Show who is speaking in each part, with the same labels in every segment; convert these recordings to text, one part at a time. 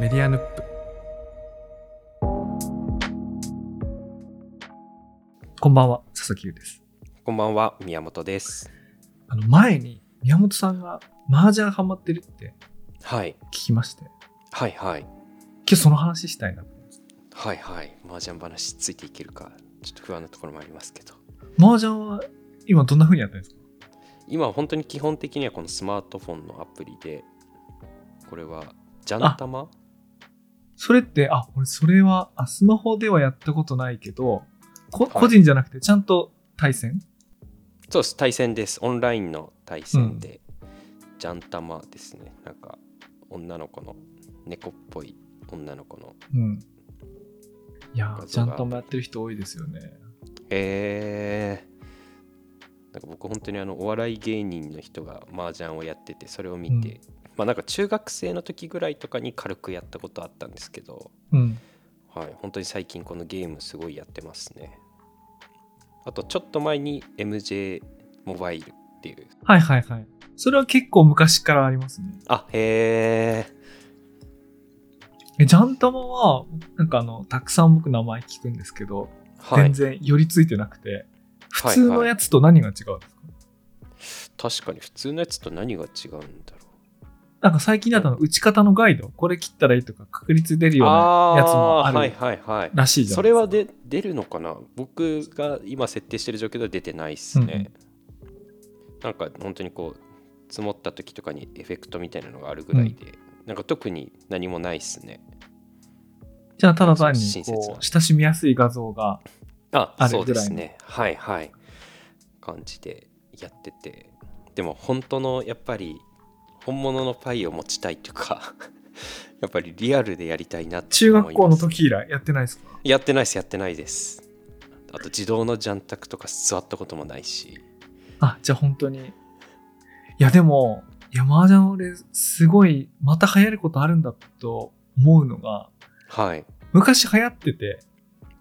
Speaker 1: メディアヌップ
Speaker 2: こんばんは、佐々木優です。
Speaker 3: こんばんは、宮本です。
Speaker 2: あの、前に宮本さんが麻雀ハマってるって
Speaker 3: はい、
Speaker 2: 聞きまして、今
Speaker 3: はい、はい、
Speaker 2: 日その話したいなと思って。
Speaker 3: はい、はい、麻雀話ついていけるか、ちょっと不安なところもありますけど。
Speaker 2: 麻雀は今どんな風にやってるんですか
Speaker 3: 今、本当に基本的にはこのスマートフォンのアプリで、これは、ジャンタマ
Speaker 2: それって、あ、俺それは、あ、スマホではやったことないけど、こ
Speaker 3: い
Speaker 2: 個人じゃなくてちゃんと対戦
Speaker 3: そうです、対戦です。オンラインの対戦で、ジャンタマですね。なんか、女の子の、猫っぽい女の子の。
Speaker 2: うん。いやー、
Speaker 3: 画
Speaker 2: ち
Speaker 3: 像
Speaker 2: ゃ
Speaker 3: が
Speaker 2: んともやってる人多いですよね。
Speaker 3: えー、なんか僕本当にあのお笑い芸人の人が麻雀をやっててそれを見て、
Speaker 2: うん
Speaker 3: まあなんか中学生の時ぐらいとかに軽くやったことあったんですけど、
Speaker 2: うん。
Speaker 3: はい、本当に最近このゲームすごいやってますねあとちょっと前に MJ モバイルっていう
Speaker 2: はいはいはい。それは結構昔からありますね。
Speaker 3: あへえ
Speaker 2: え、ジャンタマは、なんかあの、たくさん僕名前聞くんですけど、
Speaker 3: はい
Speaker 2: 全然寄りついてなくて、普
Speaker 3: はい
Speaker 2: 通のやつと何が違うんですか、
Speaker 3: 確かに普通のやつと何が違うんだろう
Speaker 2: なんか最近だとあの打ち方のガイド、これ切ったらいいとか確率出るよう
Speaker 3: あ
Speaker 2: なや
Speaker 3: ー
Speaker 2: つもあ
Speaker 3: はい
Speaker 2: る
Speaker 3: はいはい
Speaker 2: らしいじゃ
Speaker 3: そ
Speaker 2: ないです
Speaker 3: れ
Speaker 2: か。
Speaker 3: はで出るのかな僕が今設定してる状況では出てないっすね、なんか本当にこう積もった時とかにエフェクトみたいなのがあるぐらいで、なんか特に何もないっすね
Speaker 2: じゃあただ単に
Speaker 3: 親切な
Speaker 2: こう親しみやすい画像が、
Speaker 3: あ
Speaker 2: ある
Speaker 3: そう
Speaker 2: ぐ
Speaker 3: で
Speaker 2: らいの
Speaker 3: すねはいはい感じでやっててでも本当のやっぱり本物のパイを持ちたいというか やっぱりリアルでやりたいなって
Speaker 2: 中
Speaker 3: 思います
Speaker 2: 学校の時以来やってないですか
Speaker 3: やってないですやってないですあと自動のジャンタクとか座ったこともないし
Speaker 2: あ、じゃあ本当に。いやでも、いや、麻雀俺、すごい、また流行ることあるんだと思うのが、
Speaker 3: はい
Speaker 2: 昔流行ってて、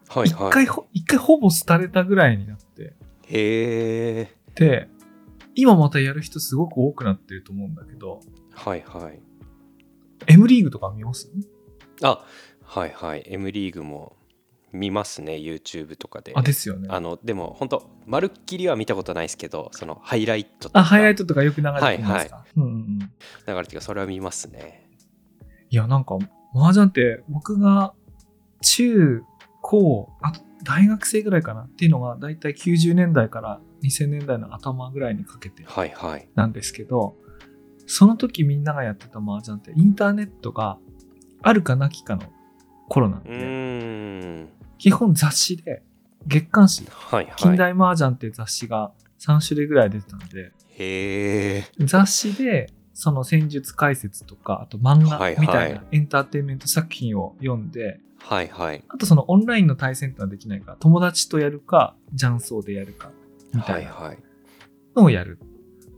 Speaker 3: はい
Speaker 2: 一、
Speaker 3: はい
Speaker 2: 回ほ、一回ほぼ廃れたぐらいになって、
Speaker 3: へえ
Speaker 2: で、今またやる人すごく多くなってると思うんだけど、
Speaker 3: はいはい
Speaker 2: M リーグとか見ます
Speaker 3: あはいはい M リーグも見ますね YouTube とかで
Speaker 2: あ、
Speaker 3: あ
Speaker 2: ですよね。
Speaker 3: のでも本当まるっきりは見たことないですけどそのハイライトとか
Speaker 2: あ、ハイライ
Speaker 3: ト
Speaker 2: トとかよく流れてるんですか、うんうんうん。
Speaker 3: 流れてるそれは見ますね
Speaker 2: いや、なんか、麻雀って僕が中、高、あと大学生ぐらいかなっていうのが、だいたい90年代から2000年代の頭ぐらいにかけて
Speaker 3: はいはい
Speaker 2: なんですけど、その時みんながやってた麻雀ってインターネットがあるかなきかの頃なん
Speaker 3: う
Speaker 2: で、
Speaker 3: ーん
Speaker 2: 基本雑誌で月刊誌
Speaker 3: はいはい
Speaker 2: 近代麻雀っていう雑誌が3種類ぐらい出てたんで、
Speaker 3: へえ
Speaker 2: 雑誌でその戦術解説とか、あと漫画
Speaker 3: はいはい
Speaker 2: みたいなエンターテインメント作品を読んで、
Speaker 3: はいはい
Speaker 2: あとそのオンラインの対戦ってのはできないから、友達とやるか、雀荘でやるか、みた
Speaker 3: はい
Speaker 2: いな
Speaker 3: はい
Speaker 2: のをやる。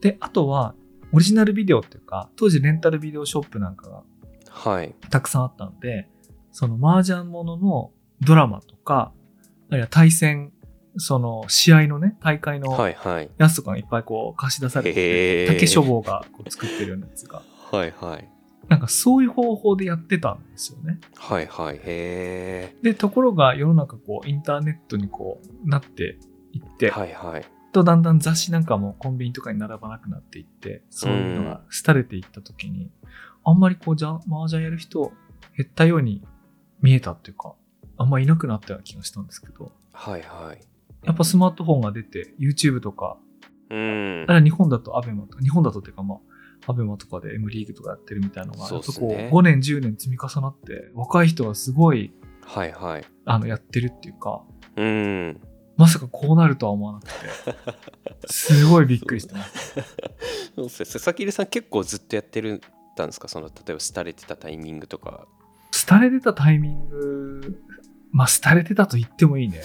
Speaker 2: で、あとはオリジナルビデオっていうか、当時レンタルビデオショップなんかが
Speaker 3: はい
Speaker 2: たくさんあったんで、その麻雀もののドラマとか、あるいは対戦、その試合のね、大会の
Speaker 3: はいはい
Speaker 2: やつとかがいっぱいこう貸し出されて
Speaker 3: へ
Speaker 2: て、
Speaker 3: ー
Speaker 2: 竹書房がこう作ってるようなやつが。
Speaker 3: はいはい
Speaker 2: なんかそういう方法でやってたんですよね。
Speaker 3: はいはいへえ
Speaker 2: で、ところが世の中こうインターネットにこうなっていって、
Speaker 3: はいはい
Speaker 2: とだんだん雑誌なんかもコンビニとかに並ばなくなっていって、そういうのが廃れていった時に、あんまりこうじゃ、麻雀やる人減ったように見えたっていうか、あんまいなくなったような気がしたんですけど、
Speaker 3: はいはい
Speaker 2: やっぱスマートフォンが出て、YouTube とか、
Speaker 3: うん
Speaker 2: あれは日本だとアベマとか、日本だとっていうかまあ、アベマとかで M リーグとかやってるみたいなのが、
Speaker 3: そうっす
Speaker 2: や
Speaker 3: ね
Speaker 2: っぱこう5年10年積み重なって、若い人がすごい、
Speaker 3: はいはい
Speaker 2: あの、やってるっていうか、
Speaker 3: うん
Speaker 2: まさかこうなるとは思わなく て、すごいびっくりしてます。
Speaker 3: そうですね佐々木入さん結構ずっとやってるたんですかその例えば廃れてたタイミングとか
Speaker 2: 廃れてたタイミング、まあ、廃れてたと言ってもいいね。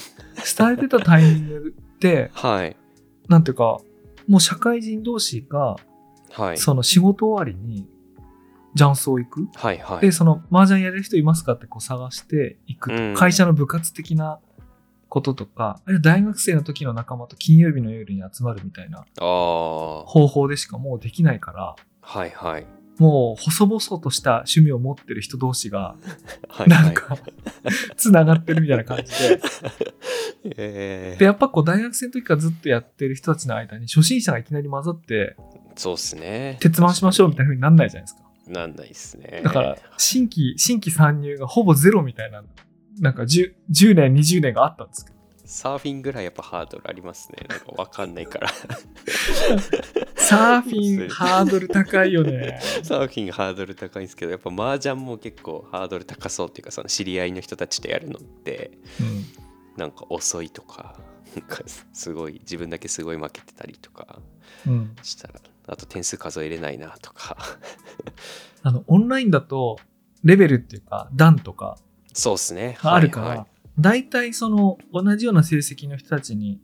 Speaker 2: 廃れてたタイミングって、
Speaker 3: はい
Speaker 2: なんていうか、もう社会人同士が、
Speaker 3: はい
Speaker 2: その仕事終わりに、雀荘行く。
Speaker 3: はいはい
Speaker 2: で、その、麻雀やれる人いますかってこう探していくと。
Speaker 3: うん
Speaker 2: 会社の部活的なこととか、あるいは大学生の時の仲間と金曜日の夜に集まるみたいな
Speaker 3: ああ
Speaker 2: 方法でしかもうできないから、
Speaker 3: はいはい
Speaker 2: もう細々とした趣味を持ってる人同士が
Speaker 3: はいは
Speaker 2: なん
Speaker 3: い。
Speaker 2: かつながってるみたいな感じで
Speaker 3: え
Speaker 2: で
Speaker 3: ー、
Speaker 2: やっぱこう大学生の時からずっとやってる人たちの間に初心者がいきなり混ざって
Speaker 3: そうっすね。
Speaker 2: 鉄腕しましょうみたいな風になんないじゃないですか
Speaker 3: なんないっすね。
Speaker 2: だから新規新規参入がほぼゼロみたいななんか 10, 10年20年があったんですけど
Speaker 3: サーフィンぐらいやっぱハードルありますね。なんかわかんないから。
Speaker 2: サーフィンハードル高いよ ね
Speaker 3: サーフィンハードル高いんですけど、やっぱ麻雀も結構ハードル高そうっていうか、その知り合いの人たちとやるのって、
Speaker 2: うん
Speaker 3: なんか遅いとか、なんかすごい、自分だけすごい負けてたりとか
Speaker 2: うん
Speaker 3: したら、あと点数数えれないなとか。
Speaker 2: あのオンラインだとレベルっていうか段とか
Speaker 3: そうっすね。
Speaker 2: があるから、
Speaker 3: はいはい
Speaker 2: 大体その同じような成績の人たちに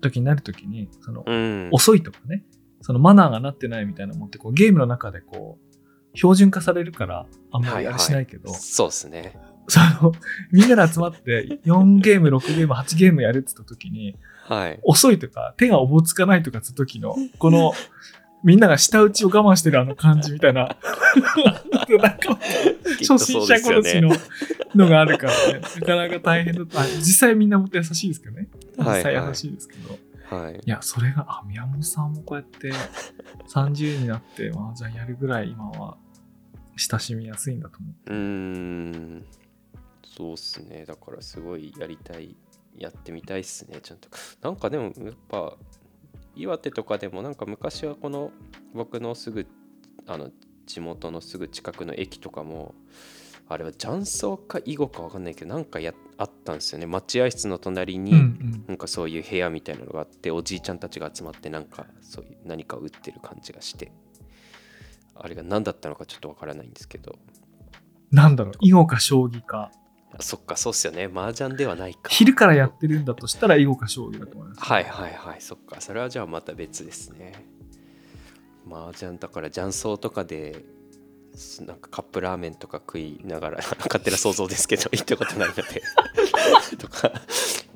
Speaker 2: 時になる時にその
Speaker 3: うん。
Speaker 2: 遅いとかねそのマナーがなってないみたいなのもってこうゲームの中でこう標準化されるからあんまりあれしないけど、
Speaker 3: そうっすね。
Speaker 2: そのみんなで集まって4ゲーム6ゲーム8ゲームやるって言った時に
Speaker 3: はい。
Speaker 2: 遅いとか手がおぼつかないとかって時のこのみんなが舌打ちを我慢してるあの感じみたい ななんか初心者
Speaker 3: きっとそう
Speaker 2: 殺
Speaker 3: です
Speaker 2: し
Speaker 3: よね
Speaker 2: ののがあるからねなかなか大変だったあ実際みんなもっと優しいですけどね実
Speaker 3: はい
Speaker 2: 際優しいですけど、い
Speaker 3: はい。
Speaker 2: やそれがあ宮本さんもこうやって30になって麻雀やるぐらい今は親しみやすいんだと思う
Speaker 3: うーんそうっすねだからすごいやりたいやってみたいっすねちゃんとなんかでもやっぱ岩手とかでもなんか昔はこの僕のすぐあの地元のすぐ近くの駅とかもあれは雀荘か囲碁か分かんないけどなんかやあったんですよね待合室の隣に、
Speaker 2: うんうん
Speaker 3: なんかそういう部屋みたいなのがあっておじいちゃんたちが集まってなんかそういう何かを打ってる感じがしてあれが何だったのかちょっと分からないんですけど
Speaker 2: なんだろう囲碁か将棋か
Speaker 3: あそっか、そうっすよね。麻雀ではないか。
Speaker 2: 昼からやってるんだとしたら囲碁か将棋だと思います
Speaker 3: はいはいはい、そっか。それはじゃあまた別ですね。麻雀だから雀荘とかで、すなんかカップラーメンとか食いながら、 勝手な想像ですけど、行ったこと ないので。とか、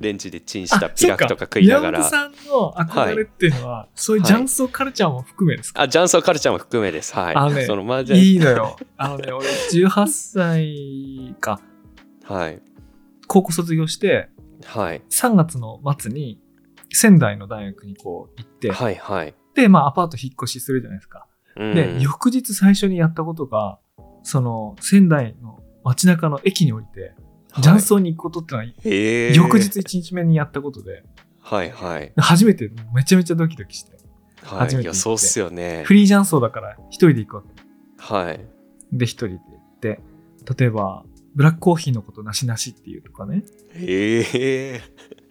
Speaker 3: レンジでチンしたピラフとか食いなが
Speaker 2: あそ
Speaker 3: ら
Speaker 2: っ。か宮本さんの憧れっていうのは、そういう雀荘カルチャーも含めですか、
Speaker 3: あ、雀荘カルチャーも含めです。はい。
Speaker 2: あのね
Speaker 3: その麻雀、
Speaker 2: いいのよ。 あのね、俺、18歳か、
Speaker 3: はい。
Speaker 2: 高校卒業して、
Speaker 3: はい。
Speaker 2: 3月の末に、仙台の大学にこう行って、
Speaker 3: はいはい。
Speaker 2: で、まあ、アパート引っ越しするじゃないですか。
Speaker 3: うん
Speaker 2: で、翌日最初にやったことが、その、仙台の街中の駅に降りて、雀荘に行くことってのは、
Speaker 3: はいへー
Speaker 2: 翌日1日目にやったことで、
Speaker 3: はいはい。
Speaker 2: 初めてめちゃめちゃドキドキして、
Speaker 3: は
Speaker 2: 初め
Speaker 3: い。
Speaker 2: て
Speaker 3: いや、そうっすよね
Speaker 2: フ。リー雀荘だから一人で行くわけ。
Speaker 3: はい。
Speaker 2: で、一人で行って、例えば、ブラックコーヒーのことなしなしっていうとかね、
Speaker 3: ええ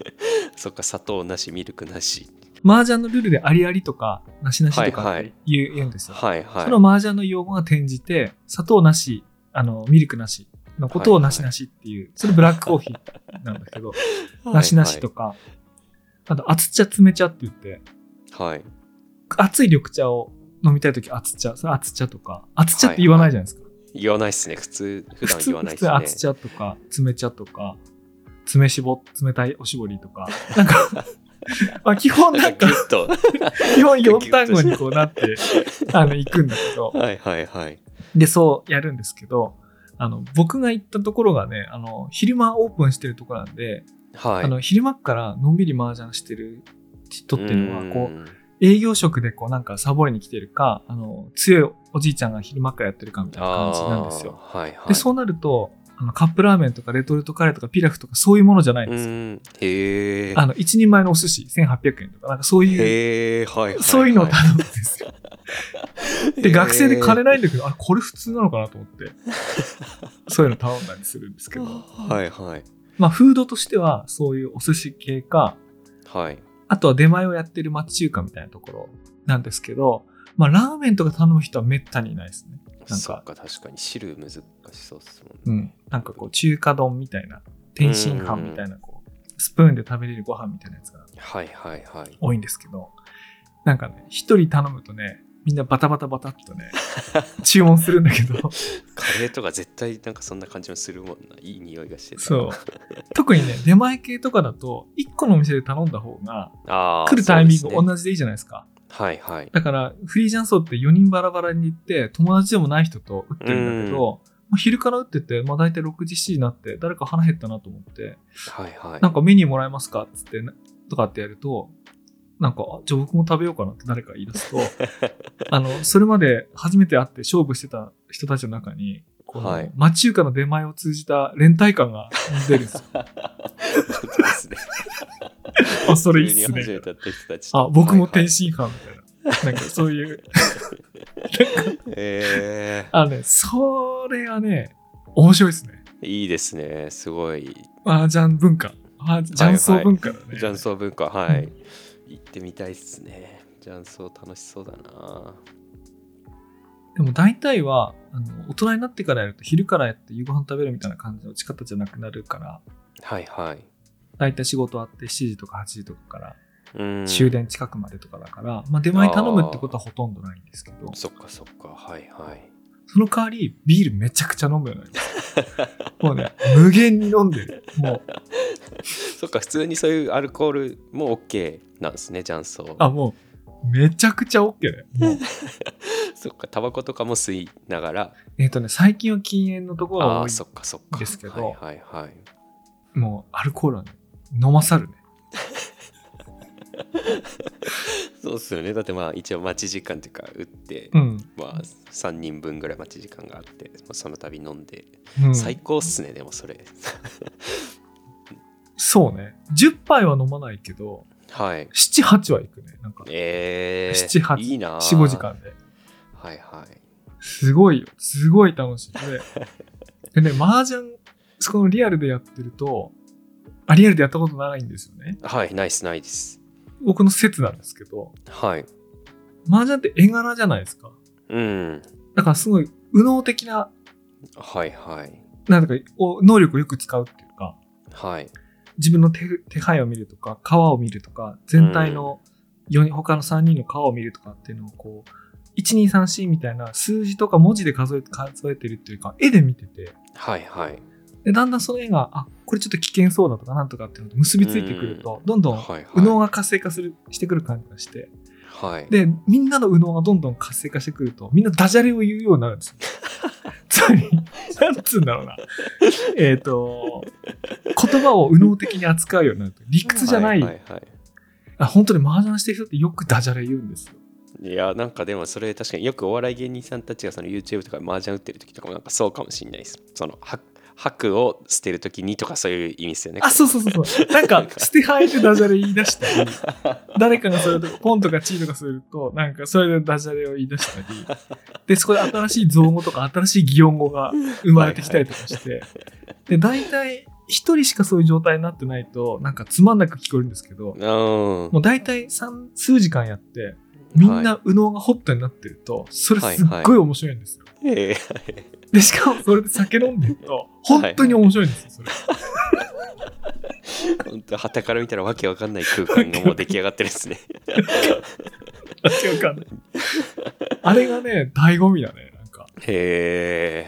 Speaker 3: そっか砂糖なしミルクなし
Speaker 2: 麻雀のルールでありありとか、なしなしとかって言う,、言うんですよ。
Speaker 3: はいはい
Speaker 2: その麻雀の用語が転じて、砂糖なし、あの、ミルクなしのことを
Speaker 3: はいはい
Speaker 2: なしなしっていう、それブラックコーヒーなんだけど、なしなしとか、あと、熱茶冷茶って言って、
Speaker 3: はいはい
Speaker 2: 熱い緑茶を飲みたいとき熱茶、それ熱茶とか、熱茶って言わないじゃないですか。
Speaker 3: 言わないっすね普通普段
Speaker 2: 普通
Speaker 3: 言わないっ
Speaker 2: 普通熱
Speaker 3: すね
Speaker 2: 茶とか、冷茶とか、冷しぼ、冷たいおしぼりと か、なんか、まあ基本な
Speaker 3: なん
Speaker 2: ん
Speaker 3: か
Speaker 2: か
Speaker 3: ギ、ュッと
Speaker 2: 基本4単語にこうなって、あの、行くんだけど、
Speaker 3: はいはいはい
Speaker 2: で、そうやるんですけど、あの、僕が行ったところがね、あの、昼間オープンしてるところなんで、
Speaker 3: はい
Speaker 2: あの、昼間っからのんびり麻雀してる人っていうのは、こう、
Speaker 3: う
Speaker 2: 営業職でこうなんかサボりに来てるか、あの、強いおじいちゃんが昼間っからやってるかみたいな感じなんですよ。
Speaker 3: あーはいはい
Speaker 2: で、そうなると、あの、カップラーメンとかレトルトカレーとかピラフとかそういうものじゃないん
Speaker 3: う
Speaker 2: ですよ。
Speaker 3: んへえ
Speaker 2: あの、一人前のお寿司1800円とか、なんかそういう、
Speaker 3: へえはいはいはい
Speaker 2: そういうのを頼むんですよ。で、学生で金
Speaker 3: な
Speaker 2: ないんだけど、あ、これ普通なのかなと思 って、そういうの頼んだりするんですけど、
Speaker 3: はいはい
Speaker 2: まあ、フードとしては、そういうお寿司系か、
Speaker 3: はい
Speaker 2: あとは出前をやってる町中華みたいなところなんですけど、まあ、ラーメンとか頼む人はめったにいないですね。か
Speaker 3: そっか確かに汁難しそうっすもんね
Speaker 2: うん。なんかこう、中華丼みたいな、天津飯みたいな、こう、スプーンで食べれるご飯みたいなやつが
Speaker 3: はいはいはい
Speaker 2: 多いんですけど、なんかね、一人頼むとね、みんなバタバタバタっと ね、注文するんだけど、
Speaker 3: カレーとか絶対なんかそんな感じもするもんないい匂いがしてた
Speaker 2: そう。特にね、出前系とかだと、1個のお店で頼んだ方が、
Speaker 3: あー
Speaker 2: 来るタイミン
Speaker 3: そう
Speaker 2: グ
Speaker 3: ですね
Speaker 2: 同じでいいじゃないですか。
Speaker 3: はいはい。
Speaker 2: だから、フリージャンソーって4人バラバラに行って、友達でもない人と打ってるんだけど、まあ、昼から打ってて、まあ、大体6時、7時になって、誰か腹減ったなと思って、
Speaker 3: はいはい。
Speaker 2: なんかメニューもらえますかっつって、なとかってやると、なんか、あじゃあ僕も食べようかなって誰か言い出 すと、あの、それまで初めて会って勝負してた人たちの中に、この
Speaker 3: はい
Speaker 2: 町中華の出前を通じた連帯感が出るんです よ。
Speaker 3: 本当ですね。
Speaker 2: あ、それいいっす
Speaker 3: 急に
Speaker 2: ね。
Speaker 3: 始めたって人たちと。
Speaker 2: あ、僕も天津飯
Speaker 3: 使。
Speaker 2: みたいな。なんかそういう、
Speaker 3: え
Speaker 2: あのね、それはね、面白いですね。
Speaker 3: ーいいですね。すごい。
Speaker 2: 麻雀文化。麻雀層文化だね。
Speaker 3: 雀荘文化、は
Speaker 2: う
Speaker 3: い。行ってみたいっすね。雀荘楽しそうだな。
Speaker 2: でも大体はあの、大人になってからやると昼からやって夕ご飯食べるみたいな感じの打ち方じゃなくなるから、
Speaker 3: はいはい。
Speaker 2: 大体仕事終わって7時とか8時とかから
Speaker 3: うん。
Speaker 2: 終電近くまでとかだから、まあ、出前頼むってことはほとんどないんですけど
Speaker 3: そっかそっか。はいはい。
Speaker 2: その代わりビールめちゃくちゃ飲むようになります もうね無限に飲んでるもう
Speaker 3: そっか、普通にそういうアルコールも OK なんですね、雀荘。
Speaker 2: あもうめちゃくちゃ OK だよもう
Speaker 3: そっか、タバコとかも吸いながら。
Speaker 2: えっ、とね最近は禁煙のところが
Speaker 3: あ
Speaker 2: 多
Speaker 3: あ、
Speaker 2: い
Speaker 3: そっかそっか。
Speaker 2: ですけど
Speaker 3: はいはいはい。
Speaker 2: もうアルコールは、ね、飲まさるね
Speaker 3: そうですよね。だってまあ一応待ち時間というか打って、
Speaker 2: うん、
Speaker 3: まあ3人分ぐらい待ち時間があって、まあ、その度飲んで、
Speaker 2: うん、
Speaker 3: 最高っすね、でもそれ。
Speaker 2: そうね10杯は飲まないけど
Speaker 3: はい。
Speaker 2: 78は行くねなんか
Speaker 3: えー、
Speaker 2: 7 8
Speaker 3: いいなー
Speaker 2: 45時。間で
Speaker 3: はいはい。
Speaker 2: すごいよ。すごい楽しい。で、でね、麻雀、そこのリアルでやってると、あ、リアルでやったことないんですよね。
Speaker 3: はい、ナイスナイス。
Speaker 2: 僕の説なんですけど、
Speaker 3: はい。
Speaker 2: 麻雀って絵柄じゃないですか。
Speaker 3: うん。
Speaker 2: だからすごい、右脳的な、
Speaker 3: はいはい。
Speaker 2: なんていうか、お能力をよく使うっていうか、
Speaker 3: はい。
Speaker 2: 自分の手手配を見るとか、川を見るとか、全体の4人、他の3人の川を見るとかっていうのをこう、1234みたいな数字とか文字で数え数えてるっていうか、絵で見てて、
Speaker 3: はいはい。
Speaker 2: でだんだんその絵があこれちょっと危険そうだとかなんとかっていうのと結びついてくると、どんどん
Speaker 3: はいはい
Speaker 2: 右脳が活性化するしてくる感じがして
Speaker 3: はい。
Speaker 2: でみんなの右脳がどんどん活性化してくるとみんなダジャレを言うようになるん ですよ。つまりなんつうんだろうなえっ、と言葉を右脳的に扱うようになると理屈じゃない、
Speaker 3: はいはいはい
Speaker 2: あ本当に麻雀してる人ってよくダジャレ言うんですよ。
Speaker 3: いやなんかでもそれ確かによくお笑い芸人さんたちがその YouTube とか麻雀打ってる時とかもなんかそうかもしれないです。そのは白を捨てる時にとかそういう意味ですよね。
Speaker 2: あそうそうそうそうなんか捨て牌でダジャレ言い出した り誰かがそれでポンとかチーとかするとなんかそれでダジャレを言い出したりでそこで新しい造語とか新しい擬音語が生まれてきたりとかして、で大体一人しかそういう状態になってないとなんかつまんなく聞こえるんですけど
Speaker 3: うん。
Speaker 2: もう大体三数時間やってみん
Speaker 3: は
Speaker 2: な右脳がホットになってるとそれすっごい面白いんですよ。
Speaker 3: い、ええ
Speaker 2: でしかもそれで酒飲んでると本当に面白いんですよそれ。
Speaker 3: 本当はたから見たらわけわかんない空間がもう出来上がってるんですね。
Speaker 2: 違うかんない。あれがね、醍醐味だね。なんか、
Speaker 3: へえ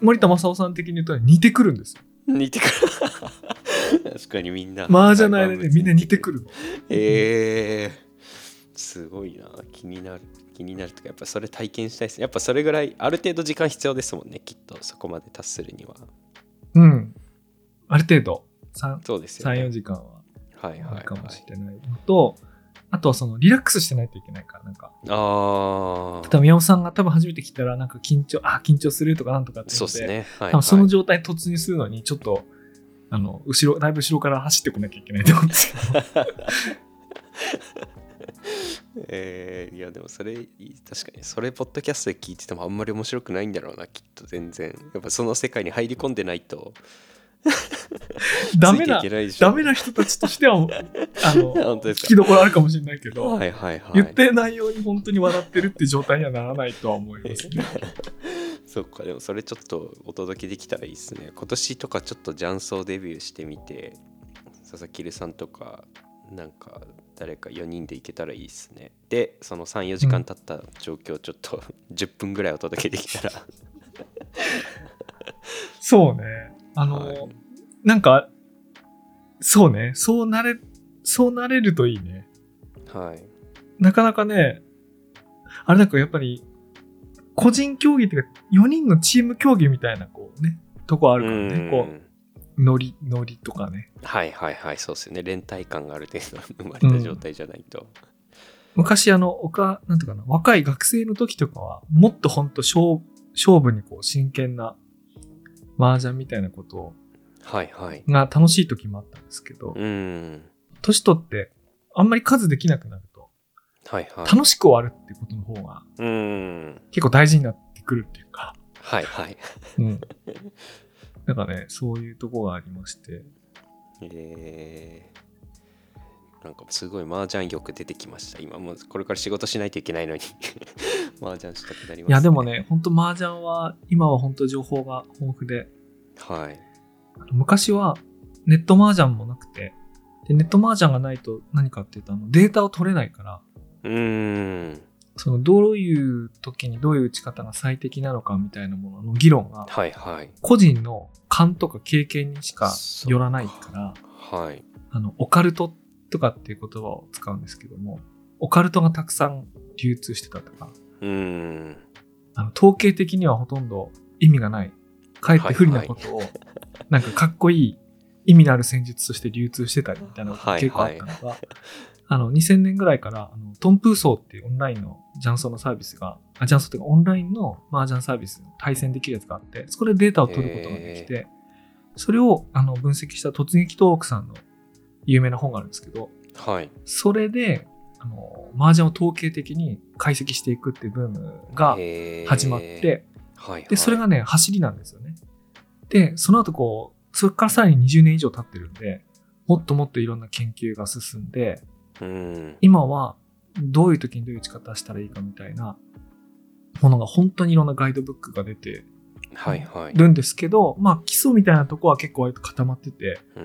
Speaker 2: 森田正夫さん的に言うと似てくるんですよ。
Speaker 3: 似てくる。確かにみんな。
Speaker 2: 麻雀の間でみんな似てくるの。
Speaker 3: ええすごいな気になる気になるとかやっぱそれ体験したいですねやっぱそれぐらいある程度時間必要ですもんねきっとそこまで達するには
Speaker 2: うん。ある程度、3、
Speaker 3: そうですよ
Speaker 2: 3 4
Speaker 3: ね
Speaker 2: 時間は
Speaker 3: はいはい、
Speaker 2: あ
Speaker 3: は
Speaker 2: る
Speaker 3: い、
Speaker 2: かもしれないのと、あとはそのリラックスしてないといけないから、なんか、
Speaker 3: あ
Speaker 2: 多
Speaker 3: あ
Speaker 2: 分宮本さんが多分初めて来たら、なんか緊張、あ、緊張するとかなんとかって
Speaker 3: そ
Speaker 2: 言っ
Speaker 3: うで
Speaker 2: て、
Speaker 3: すねはい、
Speaker 2: 多分
Speaker 3: はい、
Speaker 2: その状態突入するのに、ちょっと、あの、後ろ、だいぶ後ろから走ってこなきゃいけないと思うん ですけど。
Speaker 3: えーいやでもそれいい確かにそれポッドキャストで聞いててもあんまり面白くないんだろうなきっと全然やっぱその世界に入り込んでないと
Speaker 2: ダメな
Speaker 3: ついていけ、ないでしょ
Speaker 2: ダメな人たちとしては、あの、
Speaker 3: 本当
Speaker 2: 聞
Speaker 3: です
Speaker 2: きどころあるかもしれないけ
Speaker 3: か
Speaker 2: ど、
Speaker 3: はいはいはい
Speaker 2: 言ってる内容に本当に笑ってるって状態にはならないとは思いますね。
Speaker 3: そっかでもそれちょっとお届けできたらいいですね今年とかちょっと雀荘デビューしてみて佐々木留さんとかなんか誰か4人で行けたらいいですねでその34時間経った状況ちょっと10分ぐらいお届けできたら
Speaker 2: そうね。あの、
Speaker 3: はい
Speaker 2: なんか、そうね。そうなれ、そうなれるといいね。
Speaker 3: はい
Speaker 2: なかなかね、あれなんかやっぱり、個人競技っていうか、4人のチーム競技みたいな、こうね、とこあるからね、こ
Speaker 3: うん
Speaker 2: う、ノリ、ノリとかね。
Speaker 3: はいはいはいそうですよね連帯感がある程度生まれた状態じゃないと、
Speaker 2: 昔あの、おか、なんていうかな、若い学生の時とかは、もっとほんと勝勝負にこう、真剣な、麻雀みたいなこと
Speaker 3: はいはい
Speaker 2: が楽しい時もあったんですけど、
Speaker 3: うん
Speaker 2: 年取って、あんまり数できなくなると、
Speaker 3: はいはい
Speaker 2: 楽しく終わるってことの方が、
Speaker 3: うん
Speaker 2: 結構大事になってくるっていうか、
Speaker 3: はいはい
Speaker 2: うん。なんかね、そういうとこがありまして、
Speaker 3: えー、なんかすごい麻雀欲出てきました今もうこれから仕事しないといけないのに 麻雀したくなります、
Speaker 2: いやでもね、本当麻雀は、今は本当情報が豊富で、
Speaker 3: はい
Speaker 2: 昔はネット麻雀もなくて、でネット麻雀がないと何かっていうとあのデータを取れないから、
Speaker 3: うーん
Speaker 2: そのどういう時にどういう打ち方が最適なのかみたいなものの議論が、
Speaker 3: はいはい
Speaker 2: 個人の勘とか経験にしかよらない
Speaker 3: そ
Speaker 2: か
Speaker 3: う
Speaker 2: ら、
Speaker 3: はい
Speaker 2: あの、オカルトとかっていう言葉を使うんですけども、オカルトがたくさん流通してたとか、
Speaker 3: うーん
Speaker 2: あの統計的にはほとんど意味がない、かえって不利なことを、なんかかっこいい意味のある戦術として流通してたりみたいなことが結構あったのが、あの、2000年ぐらいから、あのトンプーソーっていうオンラインのジャンソーのサービスが、あジャンソーっていうかオンラインの麻雀サービスの対戦できるやつがあって、そこでデータを取ることができて、それをあの分析した突撃トークさんの有名な本があるんですけど、
Speaker 3: はい
Speaker 2: それで、あの、麻雀を統計的に解析していくっていうブームが
Speaker 3: へー
Speaker 2: 始まって、
Speaker 3: はいはい
Speaker 2: で、それがね、走りなんですよね。で、その後こう、それからさらに20年以上経ってるんで、もっともっといろんな研究が進んで、
Speaker 3: うん
Speaker 2: 今はどういう時にどういう打ち方したらいいかみたいなものが本当にいろんなガイドブックが出て
Speaker 3: はいはい
Speaker 2: るんですけど、まあ基礎みたいなとこは結構割と固まってて、
Speaker 3: うー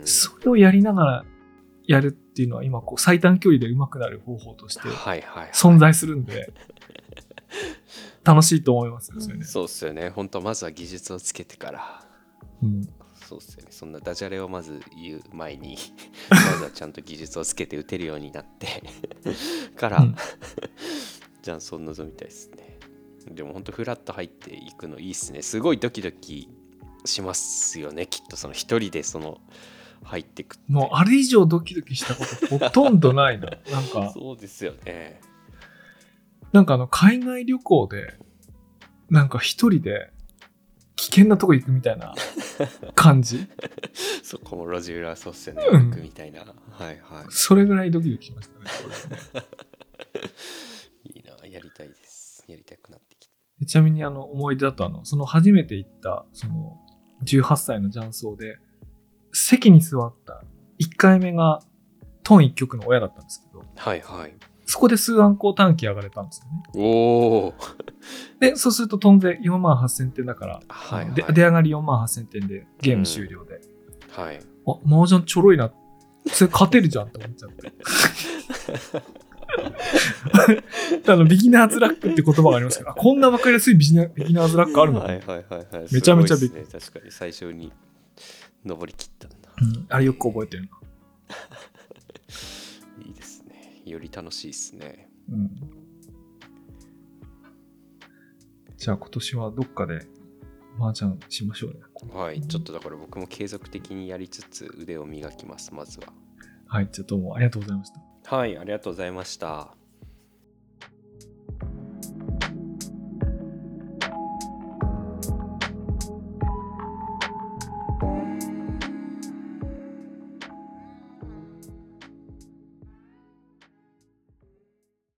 Speaker 3: ん
Speaker 2: それをやりながらやるっていうのは今こう最短距離で上手くなる方法として
Speaker 3: はいはい
Speaker 2: 存在するんで、楽しいと思いますよね。
Speaker 3: そうっすよね本当まずは技術をつけてから
Speaker 2: うん
Speaker 3: そうっすよねそんなダジャレをまず言う 前にまずはちゃんと技術をつけて打てるようになって から、
Speaker 2: うん
Speaker 3: じゃあそう臨みたいですねでも本当フラッと入っていくのいいっすねすごいドキドキしますよねきっとその一人でその入ってくって
Speaker 2: もうあれ以上ドキドキしたことほとんどないな。なんか、
Speaker 3: そうですよね
Speaker 2: なんかあの海外旅行で、なんか一人で危険なとこ行くみた いな感じ。
Speaker 3: そこも路地裏そうっすよね
Speaker 2: うん
Speaker 3: 行くみたいな、はいは
Speaker 2: それぐらいドキドキしましたね。
Speaker 3: いいいなやりたいですやりたくなってき
Speaker 2: でちなみにあの思い出だとあの、その初めて行った、その18歳の雀荘で、席に座った1回目がトン1曲の親だったんですけど、
Speaker 3: たはいはい
Speaker 2: そこで数暗光短期上がれたんですよね。
Speaker 3: おお
Speaker 2: で、そうするとトンで4万8000点だから、
Speaker 3: はいはい
Speaker 2: で出上がり4万8000点でゲーム終了で。
Speaker 3: はい
Speaker 2: あ、麻雀ちょろいな。それ勝てるじゃんって思っちゃ って。あの、ビギナーズラックって言葉がありますけど、あこんな分かりやすいビギナービギナーズラックあるの、
Speaker 3: はいはいはいはい。
Speaker 2: めちゃめちゃ
Speaker 3: す
Speaker 2: びっ
Speaker 3: ごいっすね。確かに最初に登り切ったんだ。
Speaker 2: うんあれよく覚えてるな。
Speaker 3: いいですね。より楽しいですね。
Speaker 2: うんじゃあ今年はどっかで麻雀しましょうね。
Speaker 3: はい。ちょっとだから僕も継続的にやりつつ腕を磨きます、まずは。
Speaker 2: はい、じゃあどうもありがとうございました。
Speaker 3: はい、ありがとうございました。